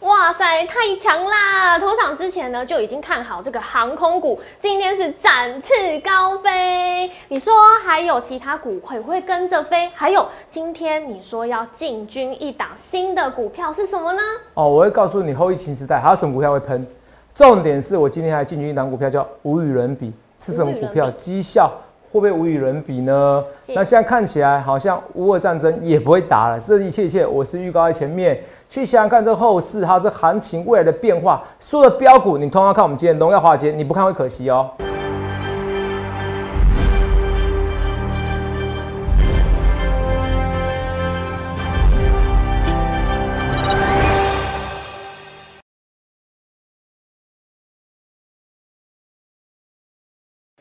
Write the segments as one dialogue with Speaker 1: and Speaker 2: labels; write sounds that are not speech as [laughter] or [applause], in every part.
Speaker 1: 哇塞，太强啦！头场之前呢就已经看好这个航空股，今天是展翅高飞。你说还有其他股会会跟着飞？还有今天你说要进军一档新的股票是什么呢？
Speaker 2: 哦，我会告诉你后疫情时代还有什么股票会喷。重点是我今天还进军一档股票叫无与伦比，是什么股
Speaker 1: 无与伦
Speaker 2: 票？
Speaker 1: 比
Speaker 2: 绩效会不会无与伦比呢？
Speaker 1: 是
Speaker 2: 那现在看起来好像乌俄战争也不会打了，这一切一切我是预告在前面。去想想看这后市，还有这行情未来的变化，所有的标股你通通看我们今天的荣耀华尔街，你不看会可惜哦。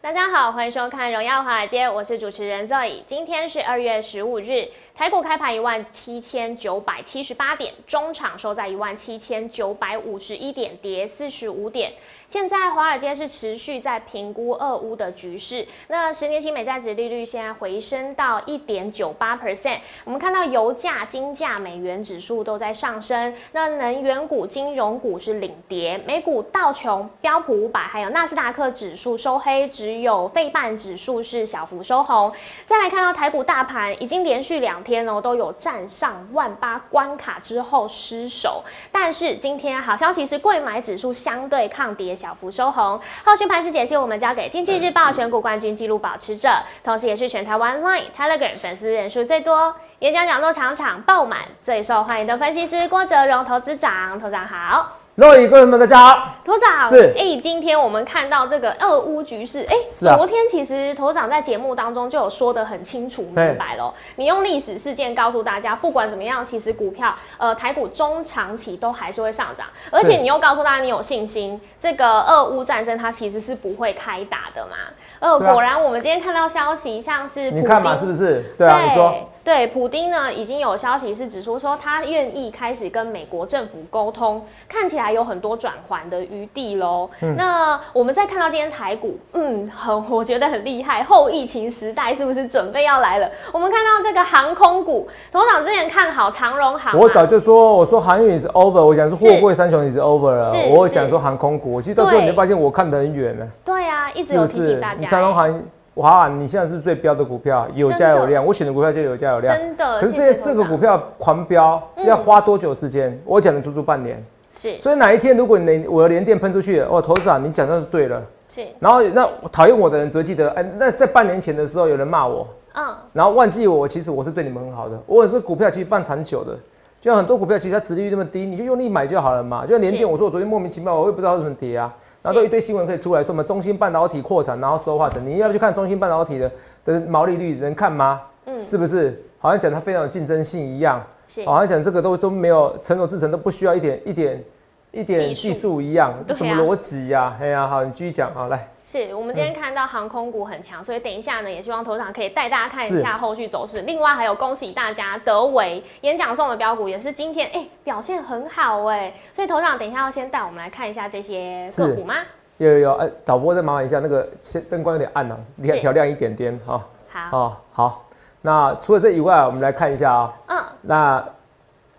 Speaker 1: 大家好，欢迎收看《荣耀华尔街》，我是主持人 Zoe。今天是二月十五日，台股开盘一万七千九百七十八点，中场收在一万七千九百五十一点，跌四十五点。现在华尔街是持续在评估俄乌的局势。那十年期美债值利率现在回升到一点九八 percent。我们看到油价、金价、美元指数都在上升，那能源股、金融股是领跌，美股道琼、标普五百还有纳斯达克指数收黑，只有费半指数是小幅收红。再来看到台股大盘已经连续两天哦都有站上万八关卡之后失守，但是今天好消息是贵买指数相对抗跌，小幅收红。后续盘势解析我们交给经济日报选股冠军纪录保持者，同时也是全台湾 Line、Telegram 粉丝人数最多。演讲讲座场场爆满，最受欢迎的分析师郭哲荣投资长，投资长好。
Speaker 2: 若雨观众们大家好，
Speaker 1: 头长
Speaker 2: 是
Speaker 1: 哎、今天我们看到这个俄乌局势，哎、
Speaker 2: 是啊
Speaker 1: 昨天其实头长在节目当中就有说得很清楚明
Speaker 2: 对
Speaker 1: 白咯。你用历史事件告诉大家，不管怎么样，其实股票呃台股中长期都还是会上涨，而且你又告诉大家你有信心，这个俄乌战争它其实是不会开打的嘛。呃，
Speaker 2: 对啊
Speaker 1: 果然我们今天看到消息，像是
Speaker 2: 你
Speaker 1: 普
Speaker 2: 看嘛
Speaker 1: 丁
Speaker 2: 是不是？对啊，你说。
Speaker 1: 对，普丁呢已经有消息是指出说他愿意开始跟美国政府沟通，看起来有很多转圜的余地喽。
Speaker 2: 嗯
Speaker 1: 那我们再看到今天台股，嗯，很我觉得很厉害，后疫情时代是不是准备要来了？我们看到这个航空股，董事长之前看好长荣航嘛，
Speaker 2: 我早就说，我说航运也是 over，我讲是货柜三雄也是 over 了
Speaker 1: 是，
Speaker 2: 我讲说航空股，其实到最后
Speaker 1: 对
Speaker 2: 你会发现我看得很远呢，
Speaker 1: 对啊，一直
Speaker 2: 是
Speaker 1: 有
Speaker 2: 不
Speaker 1: 提醒
Speaker 2: 是
Speaker 1: 大？家、
Speaker 2: 你长荣航，哇，你现在是最标的股票，有价有量，我选的股票就有价有量。
Speaker 1: 欸真的，
Speaker 2: 可是
Speaker 1: 谢谢
Speaker 2: 这四
Speaker 1: 董
Speaker 2: 个
Speaker 1: 事长
Speaker 2: 股票狂飙，
Speaker 1: 嗯
Speaker 2: 要花多久时间？我讲了足足半年。
Speaker 1: 是
Speaker 2: 所以哪一天如果你连我的连电喷出去了，哦，投资长你讲的是对了。
Speaker 1: 是，
Speaker 2: 然后那讨厌我的人只会记得，哎，那在半年前的时候有人骂我，
Speaker 1: 嗯，
Speaker 2: 然后忘记我，其实我是对你们很好的。我也是股票其实放长久的，就像很多股票其实它殖利率那么低，你就用力买就好了嘛。就像联
Speaker 1: 是
Speaker 2: 电，我说我昨天莫名其妙，我也不知道它怎么跌啊，然后都
Speaker 1: 是
Speaker 2: 一堆新闻可以出来说什么中芯半导体扩产，然后说化成，你要去看中芯半导体的的毛利率能看吗？
Speaker 1: 嗯
Speaker 2: 是不是？好像讲它非常有竞争性一样，
Speaker 1: 是
Speaker 2: 好像讲这个都都没有成熟制成都不需要一点一点一点
Speaker 1: 技术
Speaker 2: 技术一样，这什
Speaker 1: 对啊
Speaker 2: 么逻辑呀？哎呀，好，你继续讲好来。
Speaker 1: 是我们
Speaker 2: 嗯
Speaker 1: 今天看到航空股很强，所以等一下呢，也希望头场可以带大家看一下后续走势。另外还有恭喜大家，德维演讲送的标股也是今天哎、表现很好哎、所以头场等一下要先带我们来看一下这些
Speaker 2: 是
Speaker 1: 个股吗？
Speaker 2: 有有有，哎、导播再麻烦一下，那个先灯光有点暗了、啊，你看
Speaker 1: 是
Speaker 2: 调亮一点点，好、
Speaker 1: 好，
Speaker 2: 哦，好。那除了这以外，我们来看一下啊、
Speaker 1: 嗯，
Speaker 2: 那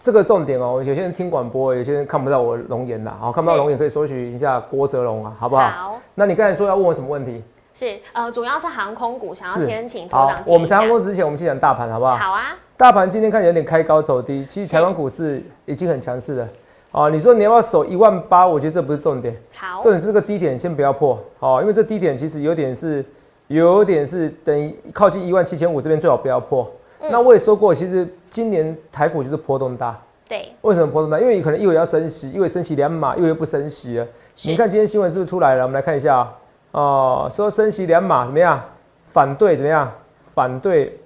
Speaker 2: 这个重点哦，有些人听广播，有些人看不到我容颜啦，好、看不到
Speaker 1: 是
Speaker 2: 容颜可以搜寻一下郭哲龙啊，好不好？那你刚才说要问我什么问题？
Speaker 1: 是呃，主要是航空股，想要
Speaker 2: 是
Speaker 1: 先请头
Speaker 2: 好
Speaker 1: 场，
Speaker 2: 我们
Speaker 1: 解一
Speaker 2: 三
Speaker 1: 下
Speaker 2: 公之前，我们先讲大盘，好不好？
Speaker 1: 好啊，
Speaker 2: 大盘今天看起来有点开高走低，其实台湾股市已经很强势了。啊、你说你要不要守一万八？我觉得这不是重点。
Speaker 1: 好
Speaker 2: 重，点是这个低点先不要破，好、因为这低点其实有点是，有点是等于靠近一万七千五这边最好不要破。
Speaker 1: 嗯
Speaker 2: 那我也说过，其实今年台股就是波动大，
Speaker 1: 对，
Speaker 2: 为什么波动大？因为可能一会要升息，一会升息两码，一会不升息了。
Speaker 1: 是
Speaker 2: 你看今天新闻是不是出来了？我们来看一下啊、哦，说升息两码怎么样？反对怎么样？反对，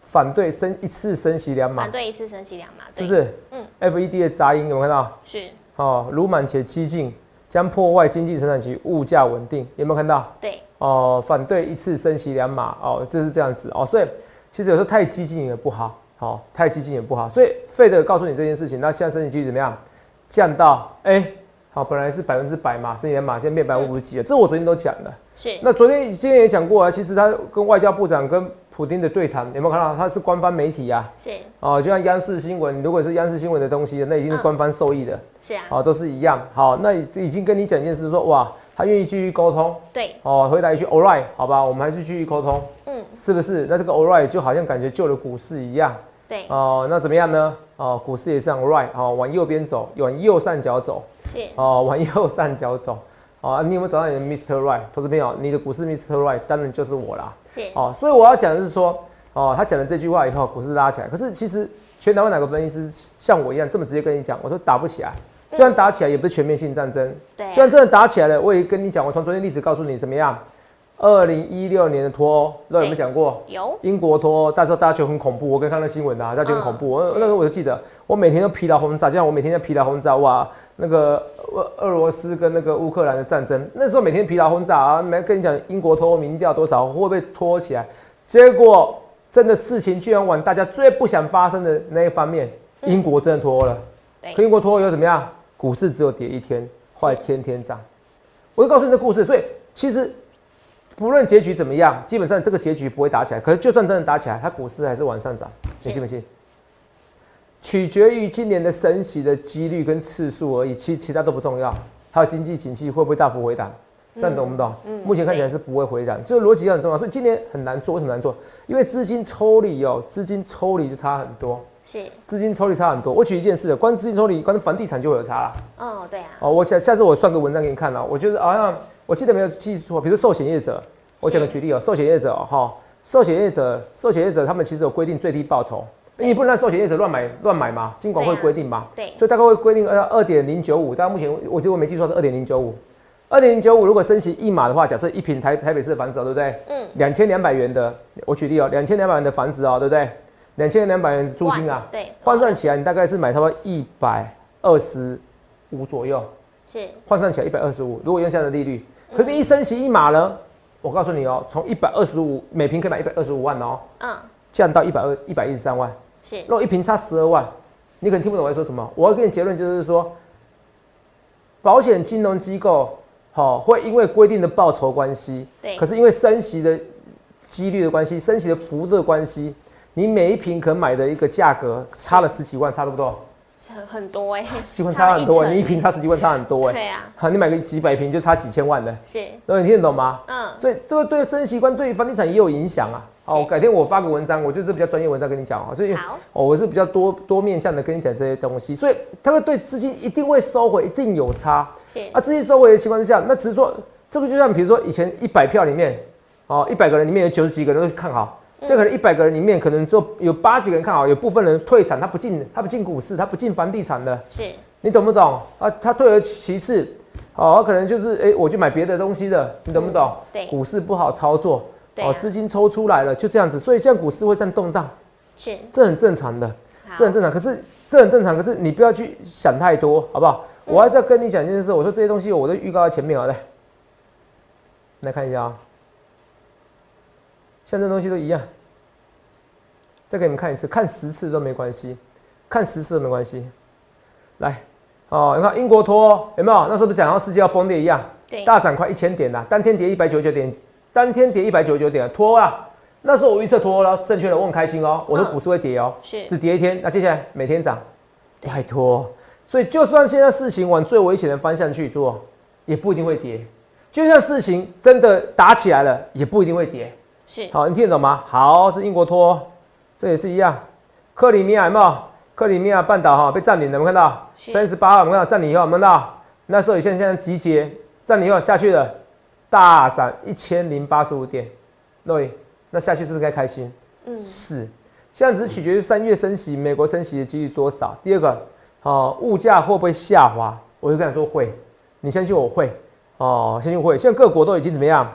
Speaker 2: 反对升一次升息两码
Speaker 1: 反，对一次升息两码，
Speaker 2: 是不
Speaker 1: 对？
Speaker 2: 是？
Speaker 1: 嗯
Speaker 2: ，FED 的杂音有没有看到？
Speaker 1: 是，
Speaker 2: 哦，鲁莽且激进，将破坏经济成长及物价稳定，有没有看到？
Speaker 1: 对，
Speaker 2: 哦，反对一次升息两码，哦，就是这样子哦，所以其实有时候太激进也不好，好、哦，太激进也不好，所以费德告诉你这件事情，那现在升息几率怎么样？降到哎，好、本来是百分之百嘛，升息两码，现在变百分之五十几了，这我昨天都讲了。
Speaker 1: 是，
Speaker 2: 那昨天今天也讲过啊，其实他跟外交部长跟普丁的对谈，有没有看到？他是官方媒体呀、
Speaker 1: 是
Speaker 2: 哦，就像央视新闻，如果是央视新闻的东西，那一定是
Speaker 1: 嗯
Speaker 2: 官方受益的，
Speaker 1: 是啊，
Speaker 2: 哦，都是一样。好，那已经跟你讲一件事说哇，他愿意继续沟通，
Speaker 1: 对，
Speaker 2: 哦，回答一句 all right，好吧，我们还是继续沟通，
Speaker 1: 嗯，
Speaker 2: 是不是？那这个 all right 就好像感觉救了股市一样，
Speaker 1: 对，
Speaker 2: 哦，那怎么样呢？哦，股市也是 all right，哦，往右边走，往右上角走，
Speaker 1: 是
Speaker 2: 哦，往右上角走。哦，你有没有找到你的 Mr. Right？投资朋友，你的股市 Mr. Right 当然就是我啦。
Speaker 1: 是，
Speaker 2: 哦，所以我要讲的是说，哦，他讲了这句话以后，股市拉起来。可是其实全台湾哪个分析师像我一样这么直接跟你讲？我说打不起来，就算打起来也不是全面性战争，
Speaker 1: 对啊，
Speaker 2: 就算真的打起来了，我也跟你讲，我从昨天历史告诉你怎么样。二零一六年的脱欧，那有没有讲过？
Speaker 1: 有，
Speaker 2: 英国脱欧，那时候大家觉得很恐怖，我跟看到新闻啊，大家觉得很恐怖。
Speaker 1: 嗯
Speaker 2: 我
Speaker 1: 是
Speaker 2: 那时候我就记得，我每天都疲劳轰炸，就像我每天在疲劳轰炸，哇，那个俄俄罗斯跟那个乌克兰的战争，那时候每天疲劳轰炸啊，没跟你讲英国脱欧民调多少，会不会拖起来？结果真的事情居然往大家最不想发生的那一方面，
Speaker 1: 嗯
Speaker 2: 英国真的脱欧了。
Speaker 1: 对
Speaker 2: 可英国脱欧又怎么样？股市只有跌一天，后来
Speaker 1: 是
Speaker 2: 天天涨。我就告诉你这故事，所以其实不论结局怎么样，基本上这个结局不会打起来。可是就算真的打起来，它股市还是往上涨，你
Speaker 1: 是
Speaker 2: 信不信？取决于今年的升息的几率跟次数而已，其其他都不重要。还有经济景气会不会大幅回档，这样懂不懂？
Speaker 1: 嗯
Speaker 2: 目前看起来是不会回档，这个逻辑很重要。所以今年很难做，为什么难做？因为资金抽离哦，资金抽离就差很多，
Speaker 1: 是，
Speaker 2: 资金抽离差很多。我举一件事，光资金抽离，光房地产就会有差啦。
Speaker 1: 哦，对啊，
Speaker 2: 哦，我下下次我算个文章给你看啊。我觉得好像我记得没有记错，比如说寿险业者，我讲个举例哦，寿险业者哦哈、寿险业者，寿险业者他们其实有规定最低报酬，
Speaker 1: 对
Speaker 2: 你不能让寿险业者乱买乱买嘛，金管会
Speaker 1: 对啊
Speaker 2: 规定嘛，
Speaker 1: 对，
Speaker 2: 所以大概会规定呃二点零九五，但目前我记得我没记错是二点零九五，二点零九五如果升息一码的话，假设一平台台北市的房子哦，对不对？
Speaker 1: 嗯，
Speaker 2: 两千两百元的，我举例哦，两千两百元的房子哦，对不对？两千两百元的租金啊
Speaker 1: 换，对，
Speaker 2: 换算起来你大概是买差不多一百二十五左右。
Speaker 1: 是，
Speaker 2: 换算起来一百二十五，如果用这样的利率，可是一升息一码呢？我告诉你哦，从一百二十五每瓶可以买一百二十五万哦，
Speaker 1: 嗯，
Speaker 2: 降到一百二一百一十三万，
Speaker 1: 是
Speaker 2: 如，果一瓶差十二万，你可能听不懂我在说什么。我要给你结论就是说，保险金融机构好、会因为规定的报酬关系，
Speaker 1: 对
Speaker 2: 可是因为升息的几率的关系，升息的幅度的关系，你每一瓶可买的一个价格差了十几万，差多不多？
Speaker 1: 是很很多哎，
Speaker 2: 十几万差很多、
Speaker 1: 差了
Speaker 2: 你一瓶差十几万，差很多哎、
Speaker 1: 对啊，
Speaker 2: 好，你买个几百平就差几千万了，
Speaker 1: 是，
Speaker 2: 那你听得懂吗？
Speaker 1: 嗯，
Speaker 2: 所以这个对升息观对于房地产也有影响啊。哦，
Speaker 1: 是
Speaker 2: 改天我发个文章，我就是比较专业文章跟你讲啊。所以
Speaker 1: 好
Speaker 2: 哦，我是比较多多面向的跟你讲这些东西，所以它会对资金一定会收回，一定有差。
Speaker 1: 是
Speaker 2: 啊，，资金收回的情况之下，那只是说这个就像比如说以前一百票里面，哦，一百个人里面有九十几个人都看好，
Speaker 1: 嗯
Speaker 2: 这可能一百个人里面可能只有有八几个人看好，有部分人退场，他不进他不进股市，他不进房地产的。
Speaker 1: 是，
Speaker 2: 你懂不懂啊？他退而其次，哦，他可能就是哎、我去买别的东西的，你懂不懂？
Speaker 1: 嗯对
Speaker 2: 股市不好操作，哦
Speaker 1: 对啊
Speaker 2: 资金抽出来了，就这样子，所以这样股市会这样动荡，
Speaker 1: 是，
Speaker 2: 这很正常的，
Speaker 1: 好
Speaker 2: 这，很正常。可是这很正常，可是你不要去想太多，好不好？
Speaker 1: 嗯
Speaker 2: 我还是要跟你讲一件事，我说这些东西我都预告在前面啊好了，来来看一下啊、像这东西都一样，再给你们看一次，看十次都没关系，看十次都没关系。来，哦，你看英国脱欧有没有？那时候不是讲到世界要崩裂一样，
Speaker 1: 对，
Speaker 2: 大涨快一千点啦，当天跌一百九十九点，当天跌一百九十九点，脱欧啦。那时候我预测脱欧了，正确的，我很开心哦，我说
Speaker 1: 嗯
Speaker 2: 股市会跌哦，
Speaker 1: 是
Speaker 2: 只跌一天，那接下来每天涨，拜托。所以就算现在事情往最危险的方向去做，也不一定会跌。就算事情真的打起来了，也不一定会跌。
Speaker 1: 是，
Speaker 2: 好，你听得懂吗？好，这英国脱欧，这也是一样。克里米亚有没有？克里米亚半岛哈被占领了，有没有看到？
Speaker 1: 是
Speaker 2: 三十八号，我们看到占领以后，有没有看到？那时候现在现在集结，占领以后下去了，大涨一千零八十五点。对，那下去是不是该开心？
Speaker 1: 嗯，
Speaker 2: 是，现在只取决于三月升息，美国升息的几率多少。第二个，哦，物价会不会下滑？我就跟他说会，你相信我会，哦，相信我会。现在各国都已经怎么样？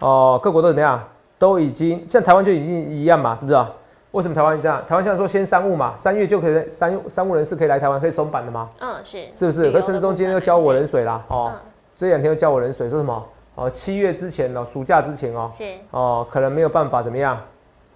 Speaker 2: 哦，各国都怎么样？都已经像台湾就已经一样嘛，是不是、啊？为什么台湾这样？台湾现在说先商务嘛，三月就可以商务商务人士可以来台湾，可以松绑的嘛，
Speaker 1: 嗯，是，
Speaker 2: 是不
Speaker 1: 旅
Speaker 2: 是？
Speaker 1: 游的
Speaker 2: 可是陈忠今天又
Speaker 1: 部分
Speaker 2: 浇我冷水啦，哦，
Speaker 1: 嗯，
Speaker 2: 这两天又浇我冷水，说什么？哦，七月之前哦，暑假之前哦，
Speaker 1: 是
Speaker 2: 哦，可能没有办法怎么样？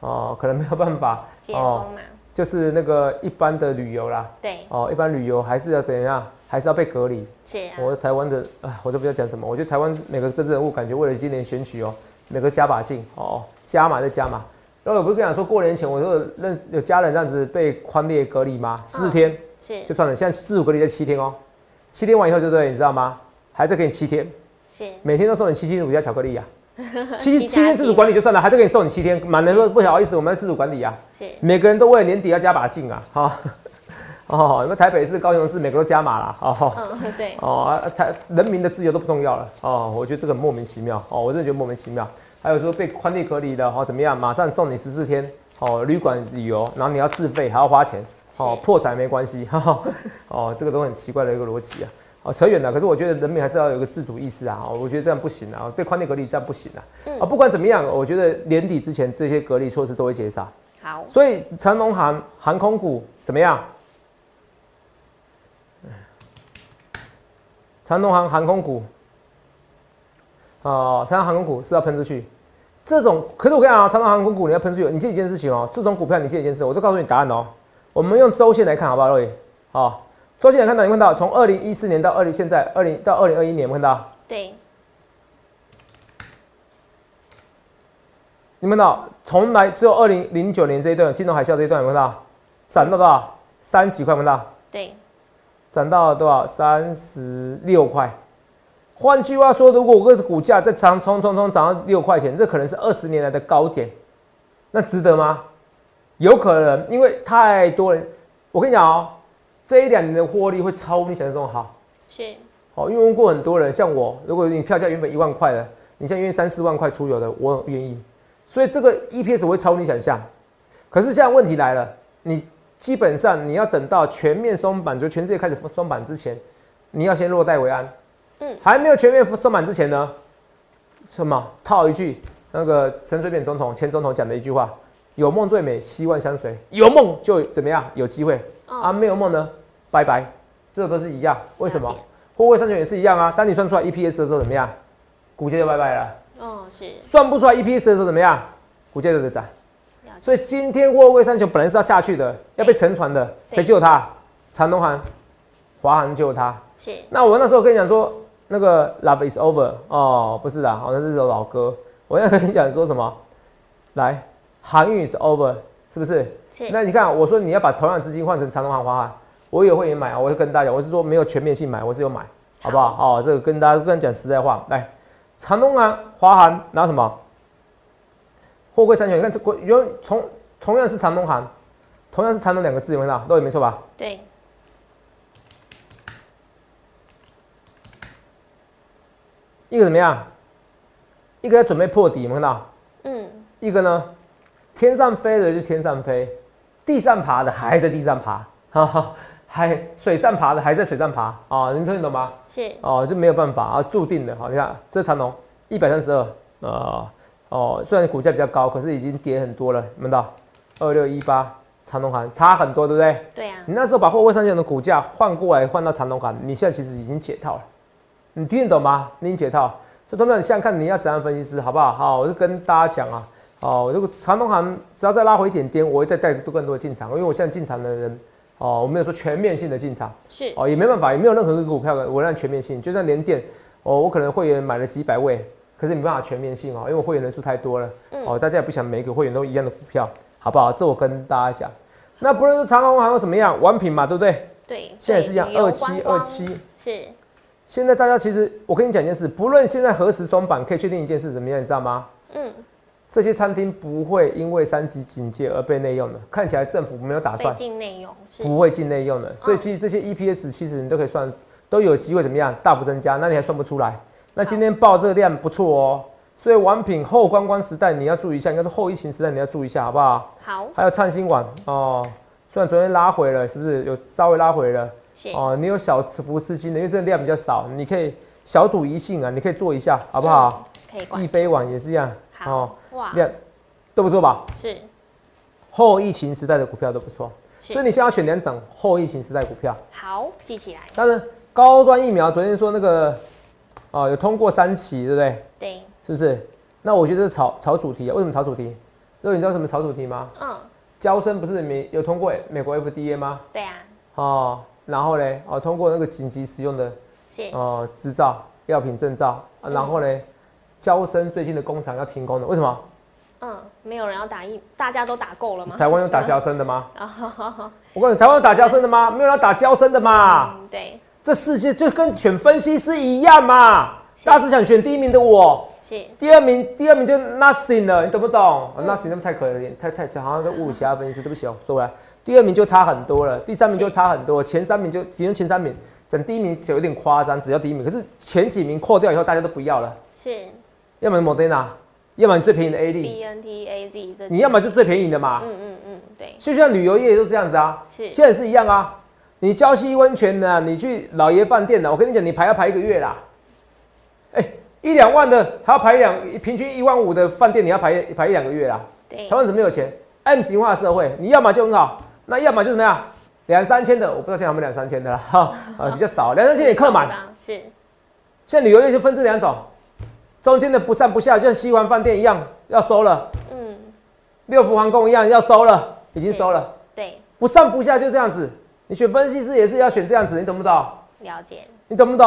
Speaker 2: 哦，可能没有办法 [laughs]
Speaker 1: 解
Speaker 2: 哦
Speaker 1: 封嘛，
Speaker 2: 就是那个一般的旅游啦，
Speaker 1: 对，
Speaker 2: 哦，一般旅游还是要怎样，还是要被隔离。
Speaker 1: 是啊，
Speaker 2: 我台湾的啊，我都不知道讲什么。我觉得台湾每个政治人物感觉为了今年选举哦，每个加把劲哦，哦加码再加码。然后我不是跟你讲说过年前我说有认有家人这样子被宽列隔离吗？四天、
Speaker 1: 是
Speaker 2: 就算了，现在自主隔离在七天哦，七天完以后就对，你知道吗？还在给你七天，
Speaker 1: 是，
Speaker 2: 每天都送你七七乳加巧克力 [laughs] 呀、啊，七
Speaker 1: 七
Speaker 2: 七天自主管
Speaker 1: 理
Speaker 2: 理就算了，还在给你送你七天，满人说不好意思，我们要自主管理 [laughs] 啊，
Speaker 1: 是
Speaker 2: 每个人都为了年底要加把劲啊，哈、 [laughs] 哦，你们台北市、高雄市每个都加码啦，哦，
Speaker 1: 嗯 [laughs] 对
Speaker 2: 哦，啊台人民的自由都不重要了哦，我觉得这个很莫名其妙哦，我真的觉得莫名其妙。还有说被宽列隔离的哦，怎么样？马上送你十四天哦，旅馆旅游，然后你要自费还要花钱哦
Speaker 1: 是，
Speaker 2: 破产没关系哈 [laughs] 哈、哦，这个都很奇怪的一个逻辑啊。哦，扯远了。可是我觉得人民还是要有一个自主意识啊！哦我觉得这样不行啊，被宽列隔离这样不行啊！
Speaker 1: 嗯
Speaker 2: 啊，不管怎么样，我觉得年底之前这些隔离措施都会减少。
Speaker 1: 好
Speaker 2: 所以长龙航航空股怎么样？长龙航航空股，哦，长龙航空股是要喷出去。这种，可是我跟你讲啊，长龙航空股你要喷出去，你记一件事情哦，这种股票你记一件事，我都告诉你答案哦。我们用周线来看好不好，各位？好、周线来看到，你看到从二零一四年到二零现在，二零到二零二一年，有没有看到？
Speaker 1: 对
Speaker 2: 你们看到，从来只有二零零九年这一段金融海啸这一段，有没有看到？涨到多少？三几块，有没有看到？
Speaker 1: 对
Speaker 2: 涨到了多少？三十六块。换句话说，如果我个股价再长冲冲冲涨到六块钱，这可能是二十年来的高点，那值得吗？有可能，因为太多人。我跟你讲哦，这一两年的获利会超乎你想象中好。
Speaker 1: 是
Speaker 2: 哦，因为问过很多人，像我，如果你票价原本一万块的，你现在愿意三四万块出游的，我很愿意。所以这个 E EPS 会超乎你想象。可是现在问题来了，你基本上你要等到全面松绑，就全世界开始松绑之前，你要先落袋为安。
Speaker 1: 嗯
Speaker 2: 还没有全面松绑之前呢，什么套一句那个陈水扁总统前总统讲的一句话：“有梦最美，希望相随。有梦就怎么样，有机会、
Speaker 1: 哦
Speaker 2: 啊；没有梦呢，拜拜。”这都是一样，为什么
Speaker 1: 了解？
Speaker 2: 货柜三权也是一样啊。当你算出来 EPS 的时候，怎么样？股价就拜拜了。
Speaker 1: 哦是
Speaker 2: 算不出来 EPS 的时候，怎么样？股价就得涨。
Speaker 1: 了解
Speaker 2: 所以今天货柜三雄本来是要下去的，要被沉船的，
Speaker 1: 对
Speaker 2: 谁救它？长东航、华航救它。
Speaker 1: 是
Speaker 2: 那我那时候跟你讲说，那个 Love is over 哦，不是啦，好像是首老歌。我要跟你讲说什么？来，航运 is over，是不是？
Speaker 1: 是
Speaker 2: 那你看，我说你要把同样的资金换成长隆行、华海，我也会也买啊。我是跟大家讲，我是说没有全面性买，我是有买，好不好？哦，这个跟大家跟讲实在话，来，长隆啊、华航，然后什么？货柜三雄，你看这国有从同样是长隆行，同样是长隆两个字，有没有看到？都有没错吧？
Speaker 1: 对
Speaker 2: 一个怎么样？一个在准备破底，有没有看到？
Speaker 1: 嗯
Speaker 2: 一个呢，天上飞的就天上飞，地上爬的还在地上爬， [laughs] 哈哈，还水上爬的还在水上爬啊、你听得懂吗？
Speaker 1: 是
Speaker 2: 哦，这没有办法啊，注定的。好，你看这长龙一百三十二，呃，哦，虽然股价比较高，可是已经跌很多了，你们到二六一八长龙行差很多，对不对？
Speaker 1: 对啊
Speaker 2: 你那时候把货柜三雄的股价换过来换到长隆港，你现在其实已经解套了，你听得懂吗？你已经解套，所以同学们，你想想看你要怎样分析师，好不好？好，我就跟大家讲啊，哦，如果长隆行只要再拉回一点点，我会再带更多的进场，因为我现在进场的人，哦，我没有说全面性的进场，
Speaker 1: 是
Speaker 2: 哦，也没办法，也没有任何一个股票我让全面性，就算连电，哦，我可能会员买了几百位，可是没办法全面性哦，因为我会员人数太多了，
Speaker 1: 嗯
Speaker 2: 哦，大家也不想每个会员都一样的股票，好不好？这我跟大家讲。那不论是长隆行又怎么样，玩品嘛，对不对？
Speaker 1: 对
Speaker 2: 现在是一
Speaker 1: 所
Speaker 2: 样，
Speaker 1: 以旅游
Speaker 2: 二七
Speaker 1: 观
Speaker 2: 二
Speaker 1: 光
Speaker 2: 七。
Speaker 1: 是
Speaker 2: 现在大家其实，我跟你讲一件事，不论现在何时松绑，可以确定一件事怎么样，你知道吗？
Speaker 1: 嗯
Speaker 2: 这些餐厅不会因为三级警戒而被内用的，看起来政府没有打
Speaker 1: 被
Speaker 2: 啊算
Speaker 1: 境内用是嗯
Speaker 2: 不会境内用的，所以其实这些 EPS 其实你都可以算，都有机会怎么样大幅增加，那你还算不出来？那今天报这个量不错哦，所以王品后观光时代你要注意一下，应该是后疫情时代你要注意一下，好不好？
Speaker 1: 好
Speaker 2: 还有灿星网哦，虽然昨天拉回了，是不是有稍微拉回了？
Speaker 1: 是
Speaker 2: 哦，你有小幅资金的，因为这个量比较少，你可以小赌怡兴啊，你可以做一下，好不好？
Speaker 1: 嗯可以
Speaker 2: 易
Speaker 1: 管
Speaker 2: 飞网也是一样，哦，
Speaker 1: 好哇
Speaker 2: 量都不错吧？
Speaker 1: 是
Speaker 2: 后疫情时代的股票都不错，
Speaker 1: 是
Speaker 2: 所以你现在要选两档后疫情时代股票。
Speaker 1: 好记起来
Speaker 2: 当然，高端疫苗昨天说那个，哦，有通过三期，对不对？
Speaker 1: 对
Speaker 2: 是不是？那我觉得是炒炒主题啊，为什么炒主题？如果你知道什么炒主题吗？
Speaker 1: 嗯
Speaker 2: 交生不是美有通过美国 FDA 吗？
Speaker 1: 对啊
Speaker 2: 哦，然后嘞，哦，通过那个紧急使用的
Speaker 1: 是
Speaker 2: 哦执照药品证照、啊，然后嘞，交生最近的工厂要停工了，为什么？
Speaker 1: 嗯，没有人要打疫，大家都打够了吗？
Speaker 2: 台湾有打交生的吗？
Speaker 1: 啊，好好好
Speaker 2: 我告诉你，台湾有打交生的吗？没有人要打交生的嘛。
Speaker 1: 嗯，对，
Speaker 2: 这世界就跟选分析师一样嘛，
Speaker 1: 是
Speaker 2: 大家只想选第一名的我，
Speaker 1: 是
Speaker 2: 第二名第二名就 nothing 了，你懂不懂、
Speaker 1: 嗯
Speaker 2: n o t h i n g 那么太可怜，太太好像在侮辱其他分析师，对不起哦，说回来，第二名就差很多了，第三名就是差很多，
Speaker 1: 嗯
Speaker 2: 前三名就其中前三名。讲第一名有点夸张，只要第一名，可是前几名扣掉以后，大家都不要了，
Speaker 1: 是
Speaker 2: 要么 Moderna，要么你最便宜的 A D，
Speaker 1: B N T A Z 这，
Speaker 2: 你要么就最便宜的嘛，
Speaker 1: 嗯嗯嗯，对，
Speaker 2: 就像旅游业都这样子啊，
Speaker 1: 是
Speaker 2: 现在也是一样啊。你礁溪温泉呢、你去老爷饭店呢、啊我跟你讲，你排要排一个月啦。哎、一两万的，还要排两，平均一万五的饭店，你要排排一两个月啦。
Speaker 1: 对
Speaker 2: 台，湾怎么没有钱？M 型化社会，你要么就很好，那要么就怎么样？两三千的，我不知道现在有没有两三千的啦， [laughs] 哈，呃，比较少，两三千也客满。
Speaker 1: 的是
Speaker 2: 现在旅游业就分这两种，中间的不上不下，就像西环饭店一样要收了，
Speaker 1: 嗯
Speaker 2: 六福皇宫一样要收了，已经收了。
Speaker 1: 对，
Speaker 2: 不上不下就这样子。你选分析师也是要选这样子，你懂不懂？
Speaker 1: 了解，
Speaker 2: 你懂不懂？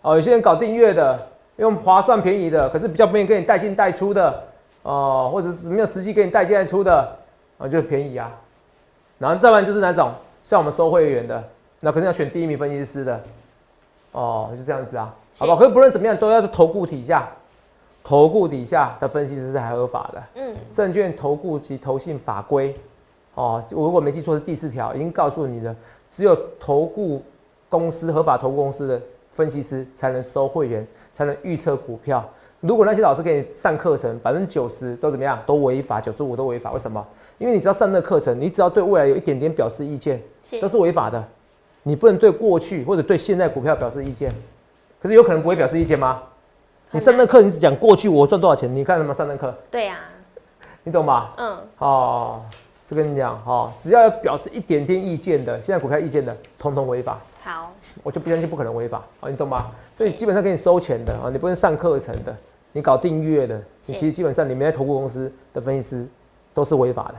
Speaker 2: 哦，有些人搞订阅的，用划算便宜的，可是比较不愿意给你带进带出的，哦、或者是没有实际给你带进带出的，啊、就便宜啊。然后再不然就是哪种，像我们收会员的，那肯定要选第一名分析师的，哦、就这样子啊，
Speaker 1: 是
Speaker 2: 好吧？可是不论怎么样，都要投顾底下，投顾底下的分析师是还合法的。
Speaker 1: 嗯
Speaker 2: 证券投顾及投信法规，哦，我如果没记错是第四条，已经告诉你了，只有投顾公司合法投顾公司的分析师才能收会员，才能预测股票。如果那些老师给你上课程，百分之九十都怎么样，都违法，九十五都违法。为什么？因为你只要上那个课程，你只要对未来有一点点表示意见，
Speaker 1: 是
Speaker 2: 都是违法的。你不能对过去或者对现在股票表示意见，可是有可能不会表示意见吗？你上那课，你只讲过去我赚多少钱，你看什么上那课，
Speaker 1: 对啊，
Speaker 2: 你懂吗？
Speaker 1: 嗯
Speaker 2: 哦，这跟你讲哦，只要有表示一点点意见的，现在股票意见的，统统违法，
Speaker 1: 好，
Speaker 2: 我就不相信不可能违法哦，你懂吗？所以基本上给你收钱的啊、哦你不能上课程的，你搞订阅的，你
Speaker 1: 是
Speaker 2: 其实基本上你们在投顾公司的分析师都是违法的。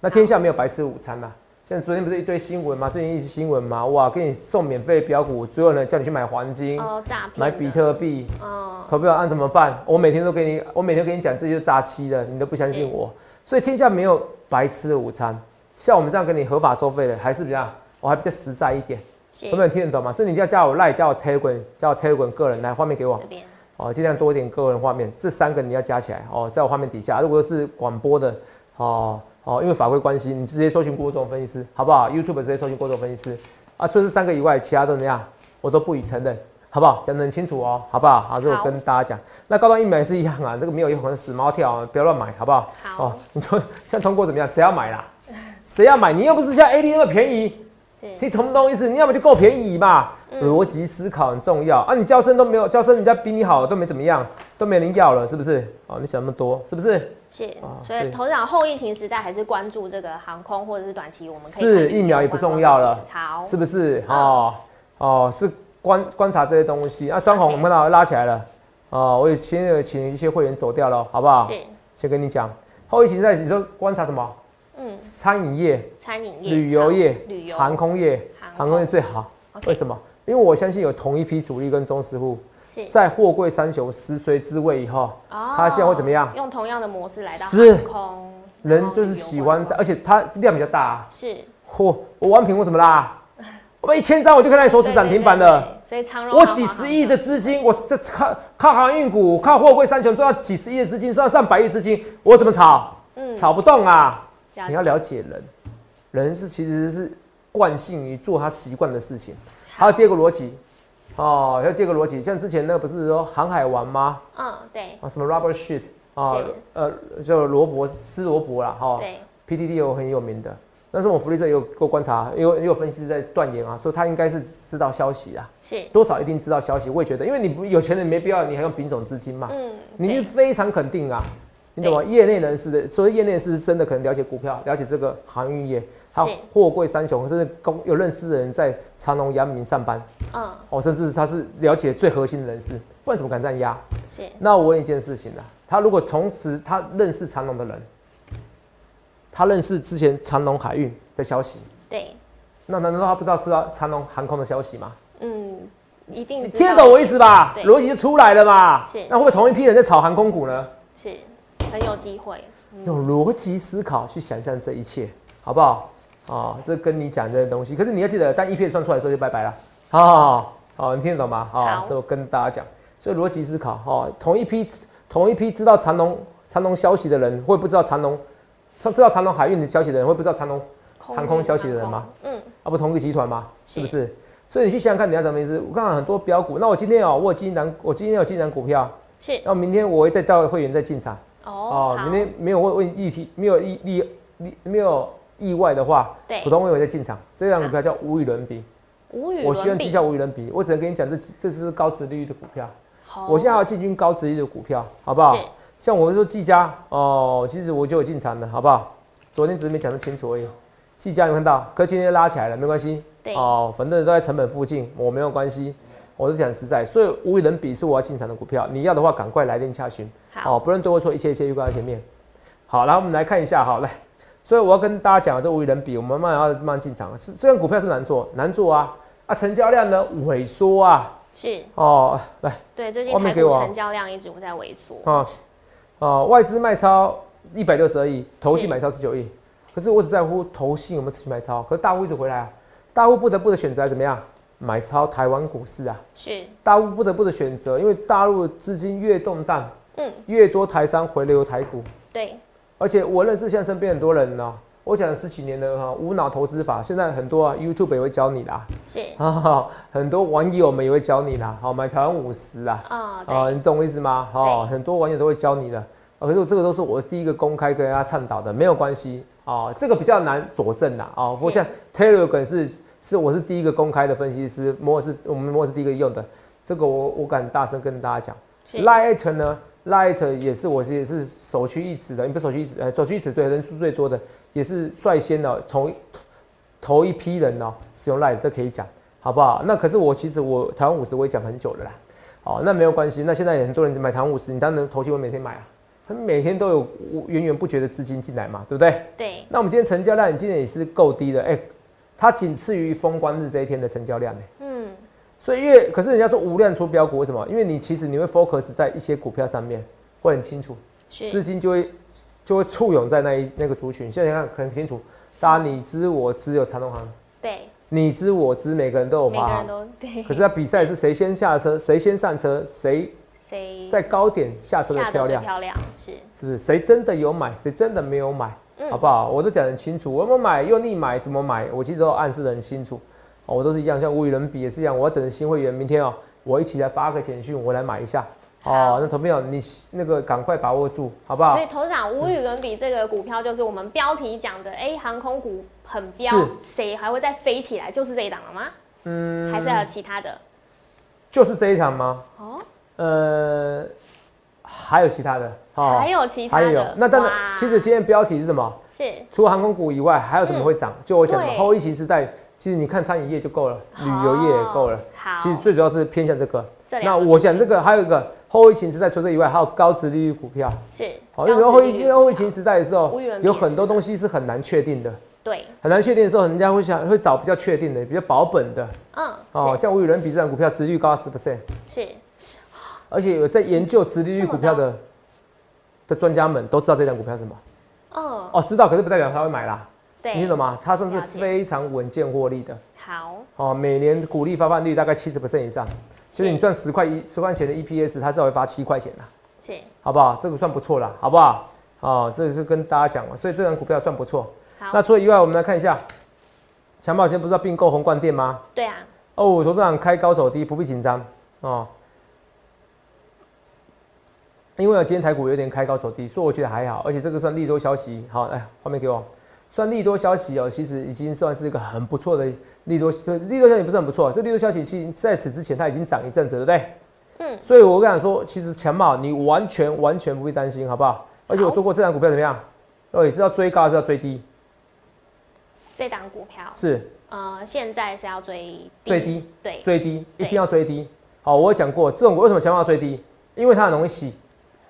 Speaker 2: 那天下没有白吃午餐呐、啊像昨天不是一堆新闻吗？最近一些新闻吗？哇，给你送免费标股，最后呢叫你去买黄金、
Speaker 1: 哦诈骗
Speaker 2: 买比
Speaker 1: 的，
Speaker 2: 特币，
Speaker 1: 哦
Speaker 2: 投票案怎么办？我每天都给你，我每天都给你讲这些诈欺的，你都不相信
Speaker 1: 是
Speaker 2: 我，所以天下没有白吃的午餐。像我们这样跟你合法收费的，还是比较，我还比较实在一点，
Speaker 1: 是
Speaker 2: 有没有听得懂吗？所以你一定要加我 line，加我 Telegram，加我 Telegram 个人来画面给我
Speaker 1: 这边
Speaker 2: 哦，尽量多一点个人画面，这三个你要加起来哦，在我画面底下。如果是广播的哦哦，因为法规关系，你直接搜寻郭总分析师好不好？YouTube 直接搜寻郭总分析师啊，除了这三个以外，其他都怎么样，我都不予承认。好不好？讲得很清楚哦，好不好？好，这我
Speaker 1: 好
Speaker 2: 跟大家讲。那高端疫苗也是一样啊，这个没有用，可能死猫跳、啊，不要乱买，好不好？
Speaker 1: 好
Speaker 2: 哦，你就像通过怎么样？谁要买啦？谁要买？你又不是像 AD 那么便宜，
Speaker 1: 是
Speaker 2: 你懂不懂意思？你要么就够便宜嘛，
Speaker 1: 嗯
Speaker 2: 逻辑思考很重要啊！你交生都没有，交生人家比你好都没怎么样，都没人要了，是不是？哦，你想那么多，是不是？
Speaker 1: 是
Speaker 2: 哦，
Speaker 1: 所以
Speaker 2: 对
Speaker 1: 头长后疫情时代还是关注这个航空或者是短期我们可以
Speaker 2: 是
Speaker 1: 看
Speaker 2: 疫苗也不重要了
Speaker 1: 好，
Speaker 2: 是不是？哦哦，是观观察这些东西啊。双红我们看到拉起来了，哦，我也先有请一些会员走掉了，好不好？
Speaker 1: 是
Speaker 2: 先跟你讲，后疫情在你说观察什么？
Speaker 1: 嗯，
Speaker 2: 餐饮业、
Speaker 1: 餐饮业、
Speaker 2: 旅游业
Speaker 1: 好、旅游、
Speaker 2: 航空业、
Speaker 1: 航
Speaker 2: 航空业
Speaker 1: 空
Speaker 2: 最好，
Speaker 1: OK
Speaker 2: 为什么？因为我相信有同一批主力跟中实户，
Speaker 1: 是
Speaker 2: 在货柜三雄食髓知味以后，
Speaker 1: 哦
Speaker 2: 它现在会怎么样
Speaker 1: 用同样的模式来到
Speaker 2: 是
Speaker 1: 航空，然
Speaker 2: 人
Speaker 1: 后
Speaker 2: 就是
Speaker 1: 旅游
Speaker 2: 喜
Speaker 1: 观
Speaker 2: 欢在，
Speaker 1: 光
Speaker 2: 而且它量比较大、啊。
Speaker 1: 是
Speaker 2: 嚯，我玩品我怎么啦？我们一千张我就看到你手指涨停板
Speaker 1: 的，
Speaker 2: 了。
Speaker 1: 对所以长荣
Speaker 2: 我
Speaker 1: 航
Speaker 2: 几
Speaker 1: 航
Speaker 2: 十亿的资金，我这靠靠航运股、靠货柜三雄赚到几十亿的资金，赚到上百亿资金，我怎么炒？
Speaker 1: 嗯
Speaker 2: 炒不动啊！
Speaker 1: 了
Speaker 2: 你要
Speaker 1: 解
Speaker 2: 了解人，人是其实是惯性于做他习惯的事情。还有第二个逻辑，哦，还有第二个逻辑，像之前那个不是说航海王吗？
Speaker 1: 嗯对
Speaker 2: 啊，什么 rubber sheet 啊
Speaker 1: 是，
Speaker 2: 呃，就罗伯斯罗伯啦，哈、
Speaker 1: 对
Speaker 2: PDD 有很有名的，但是我福利社也有给我观察，啊也有也有分析师在断言啊，说他应该是知道消息啊，
Speaker 1: 是
Speaker 2: 多少一定知道消息。我也觉得，因为你不有钱人没必要，你还用丙种资金嘛，
Speaker 1: 嗯
Speaker 2: 啊你一定
Speaker 1: 对
Speaker 2: 非常肯定啊，你懂吗？业内人士的，所以业内人士是真的可能了解股票，了解这个航运业，还有
Speaker 1: 是
Speaker 2: 货柜三雄，甚至公有认识的人在长隆、阳明上班，
Speaker 1: 嗯
Speaker 2: 哦，甚至是他是了解最核心的人士，不然怎么敢这样压？
Speaker 1: 是
Speaker 2: 那我问一件事情啊，他如果从此他认识长隆的人，他认识之前长隆海运的消息，
Speaker 1: 对
Speaker 2: 那难道他不知道知道长隆航空的消息吗？
Speaker 1: 嗯一定
Speaker 2: 你
Speaker 1: 知
Speaker 2: 听得
Speaker 1: 道
Speaker 2: 懂我意思吧？
Speaker 1: 对
Speaker 2: 逻辑就出来了嘛。
Speaker 1: 是
Speaker 2: 那会不会同一批人在炒航空股呢？
Speaker 1: 是很有机会
Speaker 2: 用逻辑思考去想象这一切，好不好？啊、这跟你讲这些东西，可是你要记得，当 EPS 算出来的时候就拜拜了。好好好，好你听得懂吗？好，
Speaker 1: 好
Speaker 2: 所以我跟大家讲，所以逻辑思考，哦，同一批同一批知道长隆长隆消息的人，会不知道长隆，知道长隆海运的消息的人，会不知道长隆航空消息的人吗
Speaker 1: 空？嗯，
Speaker 2: 啊，不同一个集团嘛，
Speaker 1: 是
Speaker 2: 是不是？所以你去想想看，你要怎么意思？我看到很多标股，那我今天哦，我有金南，我今天有金南股票，
Speaker 1: 是
Speaker 2: 那明天我会再叫会员再进场
Speaker 1: 哦
Speaker 2: 哦。。
Speaker 1: 好
Speaker 2: 明天没有问问议题，没有意意意没有意外的话，
Speaker 1: 对
Speaker 2: 普通会员再进场，这张股票叫无与伦比。
Speaker 1: 无与
Speaker 2: 我希望
Speaker 1: 伦
Speaker 2: 绩
Speaker 1: 比。
Speaker 2: 效无与伦比，我只能跟你讲，这这是高值利率的股票。
Speaker 1: 好
Speaker 2: 我现在要啊进军高值利率的股票，好不好？
Speaker 1: 哦是
Speaker 2: 像我说技嘉哦，其实我就有进场的，好不好？昨天只是没讲得清楚而已。技嘉有没有看到，可今天拉起来了，没关系。
Speaker 1: 对
Speaker 2: 哦，反正都在成本附近，我没有关系。我是讲实在，所以无与伦比是我要进场的股票。你要的话，赶快来电洽询。
Speaker 1: 好
Speaker 2: 哦，不论对或错，一切一切预告在前面。好，然后我们来看一下，好来，所以我要跟大家讲，这无与伦比，我们慢慢要慢慢进场。是这样股票是难做，难做啊啊，成交量呢萎缩啊，
Speaker 1: 是
Speaker 2: 哦，来
Speaker 1: 对，最近
Speaker 2: 画面
Speaker 1: 台
Speaker 2: 给
Speaker 1: 股
Speaker 2: 我啊
Speaker 1: 成交量一直在萎缩。
Speaker 2: 啊哦，外资卖超一百六十二亿，投
Speaker 1: 是
Speaker 2: 信买超十九亿，可是我只在乎投信有没有持续买超，可是大户一直回来啊，大户不得不的选择怎么样，买超台湾股市啊，
Speaker 1: 是，
Speaker 2: 大户不得不的选择，因为大陆资金越动荡，
Speaker 1: 嗯，
Speaker 2: 越多台商回流台股。
Speaker 1: 对，
Speaker 2: 而且我认识现在身边很多人呢、哦我讲了十几年的哈、无脑投资法，现在很多啊 YouTube 也会教你啦，
Speaker 1: 是
Speaker 2: 哈、哈，很多网友们也会教你啦，好、买台湾五十啦，
Speaker 1: 啊，
Speaker 2: 啊、
Speaker 1: 对，
Speaker 2: 你懂我意思吗？哦，很多网友都会教你的，啊、可是我这个都是我第一个公开跟大家倡导的，没有关系啊、这个比较难佐证啦，啊、不过
Speaker 1: 是
Speaker 2: 像 Telegram 是是我是第一个公开的分析师，摩尔是我们摩尔是第一个用的，这个我我敢大声跟大家讲。
Speaker 1: 是
Speaker 2: Light 呢，Light 也是我是也是首屈一指的，你不是首屈一指，呃，首屈一指对人数最多的，也是率先的从头一批人哦使用 Light，这可以讲，好不好？那可是我其实我台湾五十我也讲很久了啦，哦，那没有关系，那现在也很多人买台湾五十，你当然投信会每天买啊，他们每天都有源源不绝的资金进来嘛，对不对？
Speaker 1: 对，
Speaker 2: 那我们今天成交量，你今天也是够低的，哎、它仅次于封关日这一天的成交量、呢。
Speaker 1: 嗯，
Speaker 2: 所以越可是人家说无量出标股，为什么？因为你其实你会 focus 在一些股票上面，会很清楚，资
Speaker 1: 是，
Speaker 2: 金就会就会簇拥在那一那个族群。现在你看很清楚，大家你知我知有长隆行，
Speaker 1: 对，
Speaker 2: 你知我知，每个人都有
Speaker 1: 每个
Speaker 2: 华
Speaker 1: 人
Speaker 2: 航。
Speaker 1: 都对，
Speaker 2: 可是他比赛是谁先
Speaker 1: [laughs]
Speaker 2: 下车，谁先上车，谁
Speaker 1: 谁
Speaker 2: 在高点下车的
Speaker 1: 下得
Speaker 2: 漂
Speaker 1: 最
Speaker 2: 亮，
Speaker 1: 漂亮，是，
Speaker 2: 是不是？谁真的有买，谁真的没有买，
Speaker 1: 嗯
Speaker 2: 好不好？我都讲得很清楚，我有没有买，用力买，怎么买，我其实都暗示得很清楚。哦，我都是一样，像无与伦比也是一样，我要等着新会员明天哦，我一起来发个简讯，我来买一下。
Speaker 1: 好
Speaker 2: 哦，那投票你那个赶快把握住，好不好
Speaker 1: 所以？头长无与伦比这个股票，就是我们标题讲的，哎、航空股很飙
Speaker 2: 是，
Speaker 1: 谁还会再飞起来？就是这一档了吗？嗯，还是还有其他的？
Speaker 2: 就是这一场吗？
Speaker 1: 哦，
Speaker 2: 呃，还有其他的，哦
Speaker 1: 还有其他的
Speaker 2: 那当然
Speaker 1: 哇，
Speaker 2: 其实今天标题是什么？
Speaker 1: 是
Speaker 2: 除了航空股以外，还有什么会涨？就我讲的
Speaker 1: 对
Speaker 2: 后疫情时代，其实你看餐饮业就够了，旅游业也够了。
Speaker 1: 好，
Speaker 2: 其实最主要是偏向这个。
Speaker 1: 这两
Speaker 2: 那
Speaker 1: 个
Speaker 2: 我想这个还有一个后疫情时代，除了这以外，还有高值利率股票。
Speaker 1: 是
Speaker 2: 好，哦因
Speaker 1: 高
Speaker 2: 为
Speaker 1: 值
Speaker 2: 后
Speaker 1: 利
Speaker 2: 疫
Speaker 1: 率
Speaker 2: 因为后疫情时代的时候
Speaker 1: 无与伦，比
Speaker 2: 有
Speaker 1: 也
Speaker 2: 很多
Speaker 1: 是
Speaker 2: 东西是很难确定的，
Speaker 1: 对，
Speaker 2: 很难确定的时候，人家会想会找比较确定的、比较保本的。
Speaker 1: 嗯，
Speaker 2: 哦，像无与伦比这档股票，值率高十 percent，
Speaker 1: 是是
Speaker 2: 而且有在研究值利率
Speaker 1: 这么
Speaker 2: 股票的的专家们都知道这档股票是什么。
Speaker 1: 嗯，
Speaker 2: 哦，知道，可是不代表他会买啦，
Speaker 1: 对，
Speaker 2: 你听懂吗？它算是
Speaker 1: 了解
Speaker 2: 非常稳健获利的。
Speaker 1: 好，
Speaker 2: 哦，每年股利发放率大概七十 percent 以上，就是你赚十块一十块钱的 EPS，它至少会发七块钱啦，
Speaker 1: 是
Speaker 2: 好不好？这个算不错啦，好不好？哦，这是跟大家讲了，所以这档股票算不错。
Speaker 1: 好，
Speaker 2: 那除了以外，我们来看一下，强宝现在不是要并购宏冠店吗？
Speaker 1: 对啊，
Speaker 2: 哦，投资长开高走低，不必紧张哦。因为我今天台股有点开高走低，所以我觉得还好，而且这个算利多消息。好，来画面给我，算利多消息哦，其实已经算是一个很不错的利多，就利多消息不是很不错。这利多消息其实在此之前它已经涨一阵子了，对不对？
Speaker 1: 嗯，
Speaker 2: 所以我跟你说，其实强茂你完全完全不必担心，好不好？而且我
Speaker 1: 好
Speaker 2: 说过，这档股票怎么样？哦，也是要追高还是要追低？
Speaker 1: 这档股票，
Speaker 2: 是
Speaker 1: 呃，现在是要追
Speaker 2: 最低，
Speaker 1: 对，
Speaker 2: 追低，一
Speaker 1: 对
Speaker 2: 定要追低。好，我有讲过，这种股为什么强要追低？因为它很容易洗。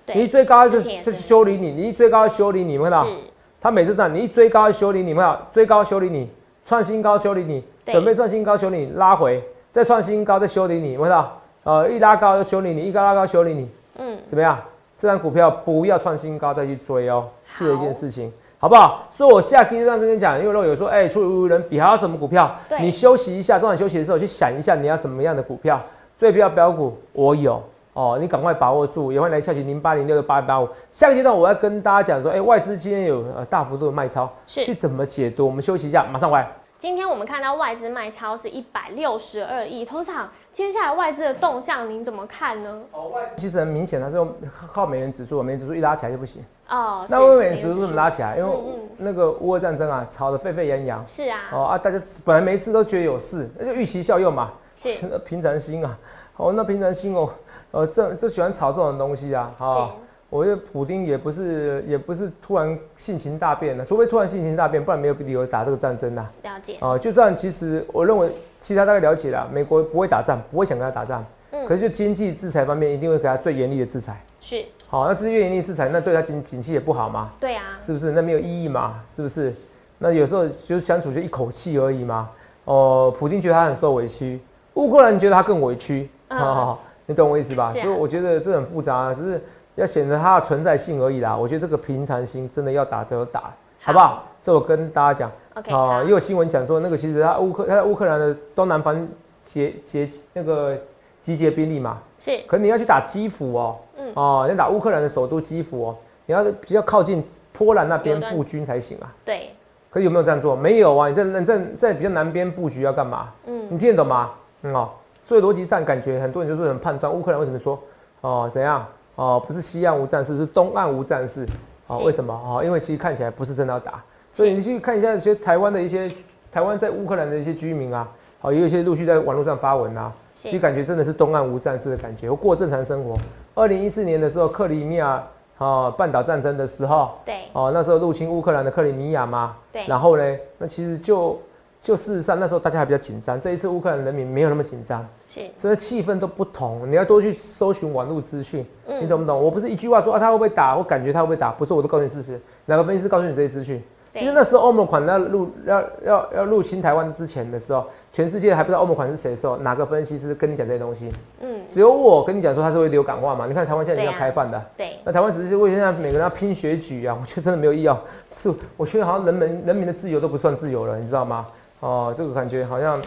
Speaker 1: 对
Speaker 2: 你一追高就
Speaker 1: 之前也
Speaker 2: 就是修理你，你一追高就修理你，有没有看到？
Speaker 1: 是
Speaker 2: 它每次这样，你一追高就修理你，有没有看到？追高修理你，创新高修理你，
Speaker 1: 对
Speaker 2: 准备创新高修理你，拉回，再创新高再修理你，有没有看到？呃，一拉高就修理你，一高拉高修理你，
Speaker 1: 嗯，
Speaker 2: 怎么样？这张股票不要创新高再去追哦，记得一件事情，好不好？所以我下第一段跟你讲，因为肉友说，哎、除了无人比还有什么股票？
Speaker 1: 对
Speaker 2: 你休息一下，中场休息的时候去想一下你要什么样的股票，最标标股我有。哦，你赶快把握住，也欢迎来下询零八零六八八五。下个阶段我要跟大家讲说，哎、外资今天有呃大幅度的卖超，
Speaker 1: 是
Speaker 2: 去怎么解读？我们休息一下，马上回来。
Speaker 1: 今天我们看到外资卖超是一百六十二亿，头场接下来外资的动向您怎么看呢？
Speaker 2: 哦，外资其实很明显，它是用靠美元指数，美元指数一拉起来就不行。
Speaker 1: 哦，
Speaker 2: 那
Speaker 1: 是
Speaker 2: 为美元指数怎么拉起来？因为
Speaker 1: 嗯嗯
Speaker 2: 那个乌俄战争啊，吵得沸沸扬扬。
Speaker 1: 是啊，
Speaker 2: 哦啊，大家本来没事都觉得有事，那就预期效用嘛，
Speaker 1: 是
Speaker 2: 那平常心啊。哦，那平常心哦，呃，这就喜欢炒这种东西啊。好、
Speaker 1: 是，
Speaker 2: 我觉得普丁也不是也不是突然性情大变啊的，除非突然性情大变，不然没有理由打这个战争呐、
Speaker 1: 了解，
Speaker 2: 啊。就算其实我认为，其实他大概了解了，美国不会打仗，不会想跟他打仗，
Speaker 1: 嗯
Speaker 2: 可是就经济制裁方面，一定会给他最严厉的制裁。
Speaker 1: 是
Speaker 2: 好，那这越严厉制裁，那对他景景气也不好嘛，
Speaker 1: 对啊，
Speaker 2: 是不是？那没有意义嘛，是不是？那有时候就是相处就一口气而已嘛。哦、普京觉得他很受委屈，乌克兰觉得他更委屈，
Speaker 1: 嗯
Speaker 2: 哦，你懂我意思吧？
Speaker 1: 是啊
Speaker 2: 所以我觉得这很复杂、啊只是要显得它的存在性而已啦。我觉得这个平常心真的要打都有打，好不好？这我跟大家讲。
Speaker 1: OK，
Speaker 2: 哦，
Speaker 1: 好
Speaker 2: 也有新闻讲说，那个其实他乌克他在乌克兰的东南方结结那个集结兵力嘛，
Speaker 1: 是
Speaker 2: 可你要去打基辅哦，
Speaker 1: 嗯
Speaker 2: 哦，你打乌克兰的首都基辅哦，你要比较靠近波兰那边
Speaker 1: 有段
Speaker 2: 布军才行啊。
Speaker 1: 对，
Speaker 2: 可有没有这样做？没有啊，你在在在比较南边布局要干嘛？
Speaker 1: 嗯，
Speaker 2: 你听得懂吗？嗯哦，所以逻辑上感觉很多人就是很判断乌克兰为什么说哦怎样哦不是西岸无战事，是东岸无战事哦
Speaker 1: 是
Speaker 2: 为什么哦？因为其实看起来不是真的要打，所以你去看一下一些台湾的一些台湾在乌克兰的一些居民啊，哦也有一些陆续在网络上发文啊，
Speaker 1: 是
Speaker 2: 其实感觉真的是东岸无战事的感觉，过正常生活。二零一四年的时候，克里米亚哦半岛战争的时候，
Speaker 1: 对，
Speaker 2: 哦，那时候入侵乌克兰的克里米亚嘛，
Speaker 1: 对
Speaker 2: 然后呢，那其实就就事实上那时候大家还比较紧张，这一次乌克兰人民没有那么紧张，
Speaker 1: 是，
Speaker 2: 所以气氛都不同。你要多去搜寻网络资讯，你
Speaker 1: 嗯，
Speaker 2: 懂不懂？我不是一句话说啊他会不会打，我感觉他会不会打，不是我都告诉你事实，哪个分析师告诉你这些资讯？
Speaker 1: 对
Speaker 2: 其实那时候欧盟款要入要要要入侵台湾之前的时候，全世界还不知道欧盟款是谁的时候，哪个分析师跟你讲这些东西？
Speaker 1: 嗯，
Speaker 2: 只有我跟你讲说它是会流感化嘛？你看台湾现在已经要
Speaker 1: 对啊
Speaker 2: 开放的。
Speaker 1: 对，
Speaker 2: 那台湾只是为现在每个人要拼选举啊，我 [laughs] 觉得真的没有意义啊。是，我觉得好像人民人民的自由都不算自由了，你知道吗？哦，这个感觉好像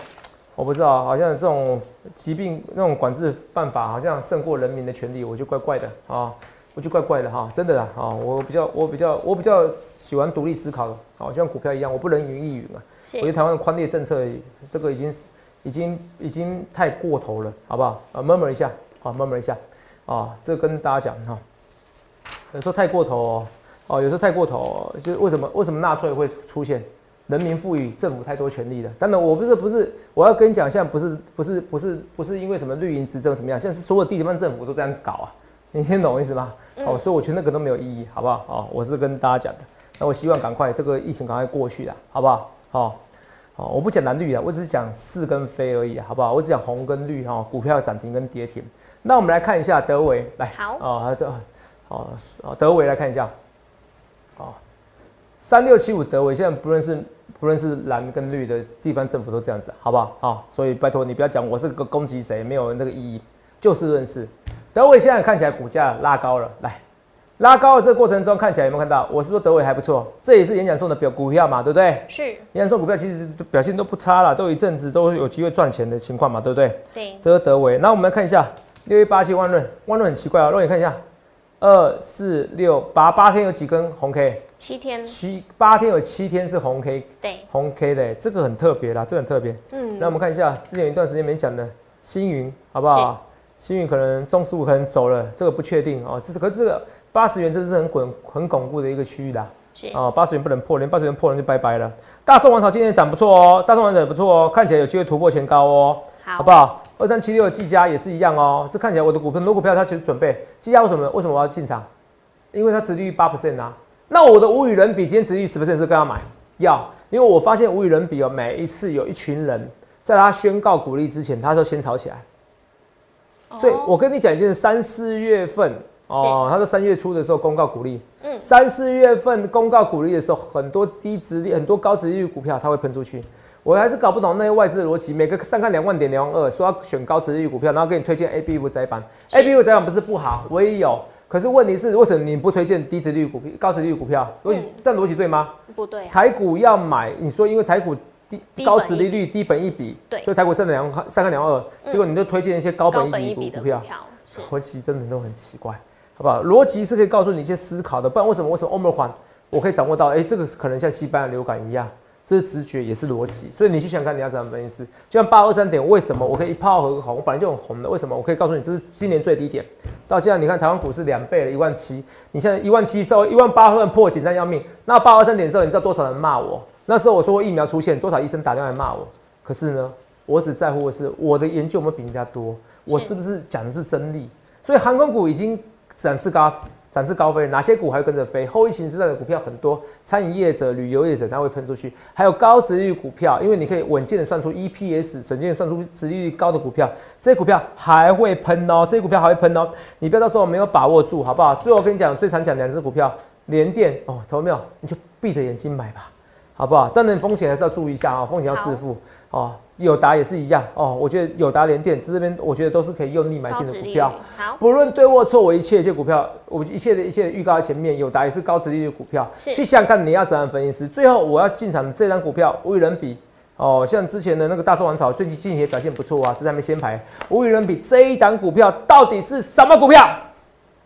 Speaker 2: 我不知道，好像这种疾病那种管制办法好像胜过人民的权利，我就怪怪的啊、哦我就怪怪的哈、真的啊，哦我比较我比较我比较喜欢独立思考的，好、就像股票一样，我不能云亦云啊。我觉得
Speaker 1: 是，
Speaker 2: 台湾的宽列政策这个已经已经已经太过头了，好不好？啊，m u r m u r 一下，好、m u r m u r 一下，啊，这跟大家讲哈、有时候太过头哦，哦，有时候太过头、哦，就是为什么为什么纳粹会出现？人民赋予政府太多权利了。当然，我不是不是，我要跟你讲，现在不是不是不是不是因为什么绿营执政怎么样，现在是所有地方政府都这样搞啊，你听懂我意思吗？哦，所以我觉得那个都没有意义，好不好？哦，我是跟大家讲的。那我希望赶快这个疫情赶快过去啦，好不好？好、哦，我不讲蓝绿啊，我只是讲是跟非而已啊，好不好？我只讲红跟绿哈、哦，股票涨停跟跌停。那我们来看一下德维，来，
Speaker 1: 好
Speaker 2: 哦，还有这，哦，哦，德维来看一下，哦，三六七五德维，现在不论是不论是蓝跟绿的地方政府都这样子，啊好不好？好、所以拜托你不要讲我是个攻击谁，没有那个意义，就事论事。德维现在看起来股价拉高了，来。拉高的这个过程中，看起来有没有看到？我是说德伟还不错，这也是演讲送的表股票嘛，对不对？
Speaker 1: 是，
Speaker 2: 你看说股票其实表现都不差啦，都有一阵子都有机会赚钱的情况嘛，对不对？
Speaker 1: 对，
Speaker 2: 这是德维，那我们来看一下六一八七万润，万润很奇怪哦，让你看一下，二四六八八天有几根红 K，
Speaker 1: 七天，
Speaker 2: 七八天有七天是红 K
Speaker 1: 对，
Speaker 2: 红 K 的，这个很特别啦，这个很特别。
Speaker 1: 嗯，
Speaker 2: 那我们看一下之前有一段时间没讲的星云，好不好？星云可能中十五可能走了，这个不确定哦。这是可是这个八十元这是很滚很巩固的一个区域啦。
Speaker 1: 是，
Speaker 2: 哦，八十元不能破，连八十元破了就拜拜了。大宋王朝今天涨不错哦，大宋王朝也不错哦，看起来有机会突破前高哦，好
Speaker 1: 好
Speaker 2: 不，好？二三七六技嘉也是一样哦，这看起来我的股票，很多股票它其实准备技嘉为什么为什么我要进场？因为它殖利率八 percent 啊，那我的无与人比，今天殖利率十 percent 是跟他买要，因为我发现无与人比哦，每一次有一群人在他宣告鼓励之前，他都先吵起来。所以
Speaker 1: 哦
Speaker 2: 我跟你讲一件事，三四月份哦，他说三月初的时候公告鼓励，
Speaker 1: 嗯
Speaker 2: 三四月份公告鼓励的时候，很多低值率、很多高值率股票它会喷出去。我还是搞不懂那些外资的逻辑，每个上看两万点、两万二，说要选高值率股票，然后给你推荐 A B 五窄板
Speaker 1: 是
Speaker 2: ，A B 五窄板不是不好，我也有，可是问题是，为什么你不推荐低值率股、高值率股票？逻辑、
Speaker 1: 嗯
Speaker 2: 这样逻辑对吗？
Speaker 1: 不对啊，
Speaker 2: 台股要买，你说因为台股低
Speaker 1: 低
Speaker 2: 高
Speaker 1: 本
Speaker 2: 值
Speaker 1: 益
Speaker 2: 利率、低本一比，
Speaker 1: 对
Speaker 2: 所以台股上两三个两二，
Speaker 1: 嗯
Speaker 2: 结果你就推荐一些高
Speaker 1: 高
Speaker 2: 本
Speaker 1: 本
Speaker 2: 一
Speaker 1: 一
Speaker 2: 比
Speaker 1: 比
Speaker 2: 股
Speaker 1: 的
Speaker 2: 股
Speaker 1: 股
Speaker 2: 票，
Speaker 1: 票是
Speaker 2: 逻辑真的都很奇怪，好不好？逻辑是可以告诉你一些思考的，不然为什么为什么欧盟款我可以掌握到？哎、这个可能像西班牙流感一样，这是直觉也是逻辑，所以你去想看你要怎么分析。就像八二三点，为什么我可以一炮而红？我本来就很红的，为什么？我可以告诉你，这是今年最低点。到现在你看台湾股市两倍了，一万七，你现在一万七稍微一万八算破，紧张要命。那八二三点之后，你知道多少人骂我？那时候我说过疫苗出现，多少医生打电话来骂我？可是呢，我只在乎的是我的研究有没有比人家多，我
Speaker 1: 是
Speaker 2: 是不是讲的是真理？所以航空股已经展翅高展翅高飞，哪些股还跟着飞？后疫情时代的股票很多，餐饮业者、旅游业者它会喷出去，还有高值率股票，因为你可以稳健的算出 E EPS，稳健的算出值率高的股票，这些股票还会喷哦，这些股票还会喷哦，你不要到时候没有把握住，好不好？最后跟你讲，最常讲两只股票，联电哦，投没有？你就闭着眼睛买吧，好不好？当然风险还是要注意一下啊、风险要自负哦。友达也是一样哦，我觉得友达、联电这边我觉得都是可以用力买
Speaker 1: 高
Speaker 2: 进的
Speaker 1: 值
Speaker 2: 股
Speaker 1: 利率
Speaker 2: 票。
Speaker 1: 好，
Speaker 2: 不论对或错，我一切一切股票，我一切的一切的预告在前面，友达也是高值利率的股票，
Speaker 1: 是
Speaker 2: 去想想看你要怎样分析师。最后我要进场的这张股票，无与人比。哦，像之前的那个大宋王朝，最近近期也表现不错啊，只是还没先排。无与人比这一档股票到底是什么股票？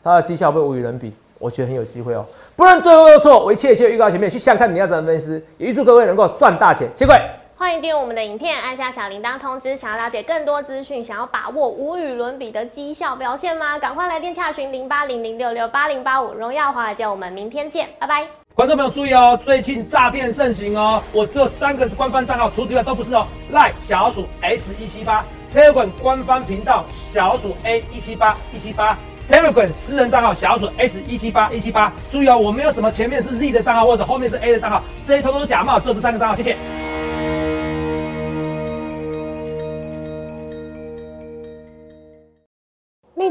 Speaker 2: 它的绩效会无与人比，我觉得很有机会哦。不论对或错，我一切一切预告在前面，去想想看你要怎样分析师。也预祝各位能够赚大钱，谢谢各位。
Speaker 1: 欢迎订阅我们的影片，按下小铃铛通知。想要了解更多资讯，想要把握无与伦比的绩效表现吗？赶快来电洽询零八零零六六八零八五，荣耀华尔街，我们明天见，拜拜。
Speaker 2: 观众朋友注意哦，最近诈骗盛行哦，我只有三个官方账号，除此之外都不是哦。赖小鼠 S 一七八，Telegram 官方频道小鼠 A 一七八一七八，Telegram 私人账号小鼠 S 一七八一七八。注意哦，我没有什么前面是 Z 的账号或者后面是 A 的账号，这些通通都假冒，只有这三个账号，谢谢。
Speaker 3: 立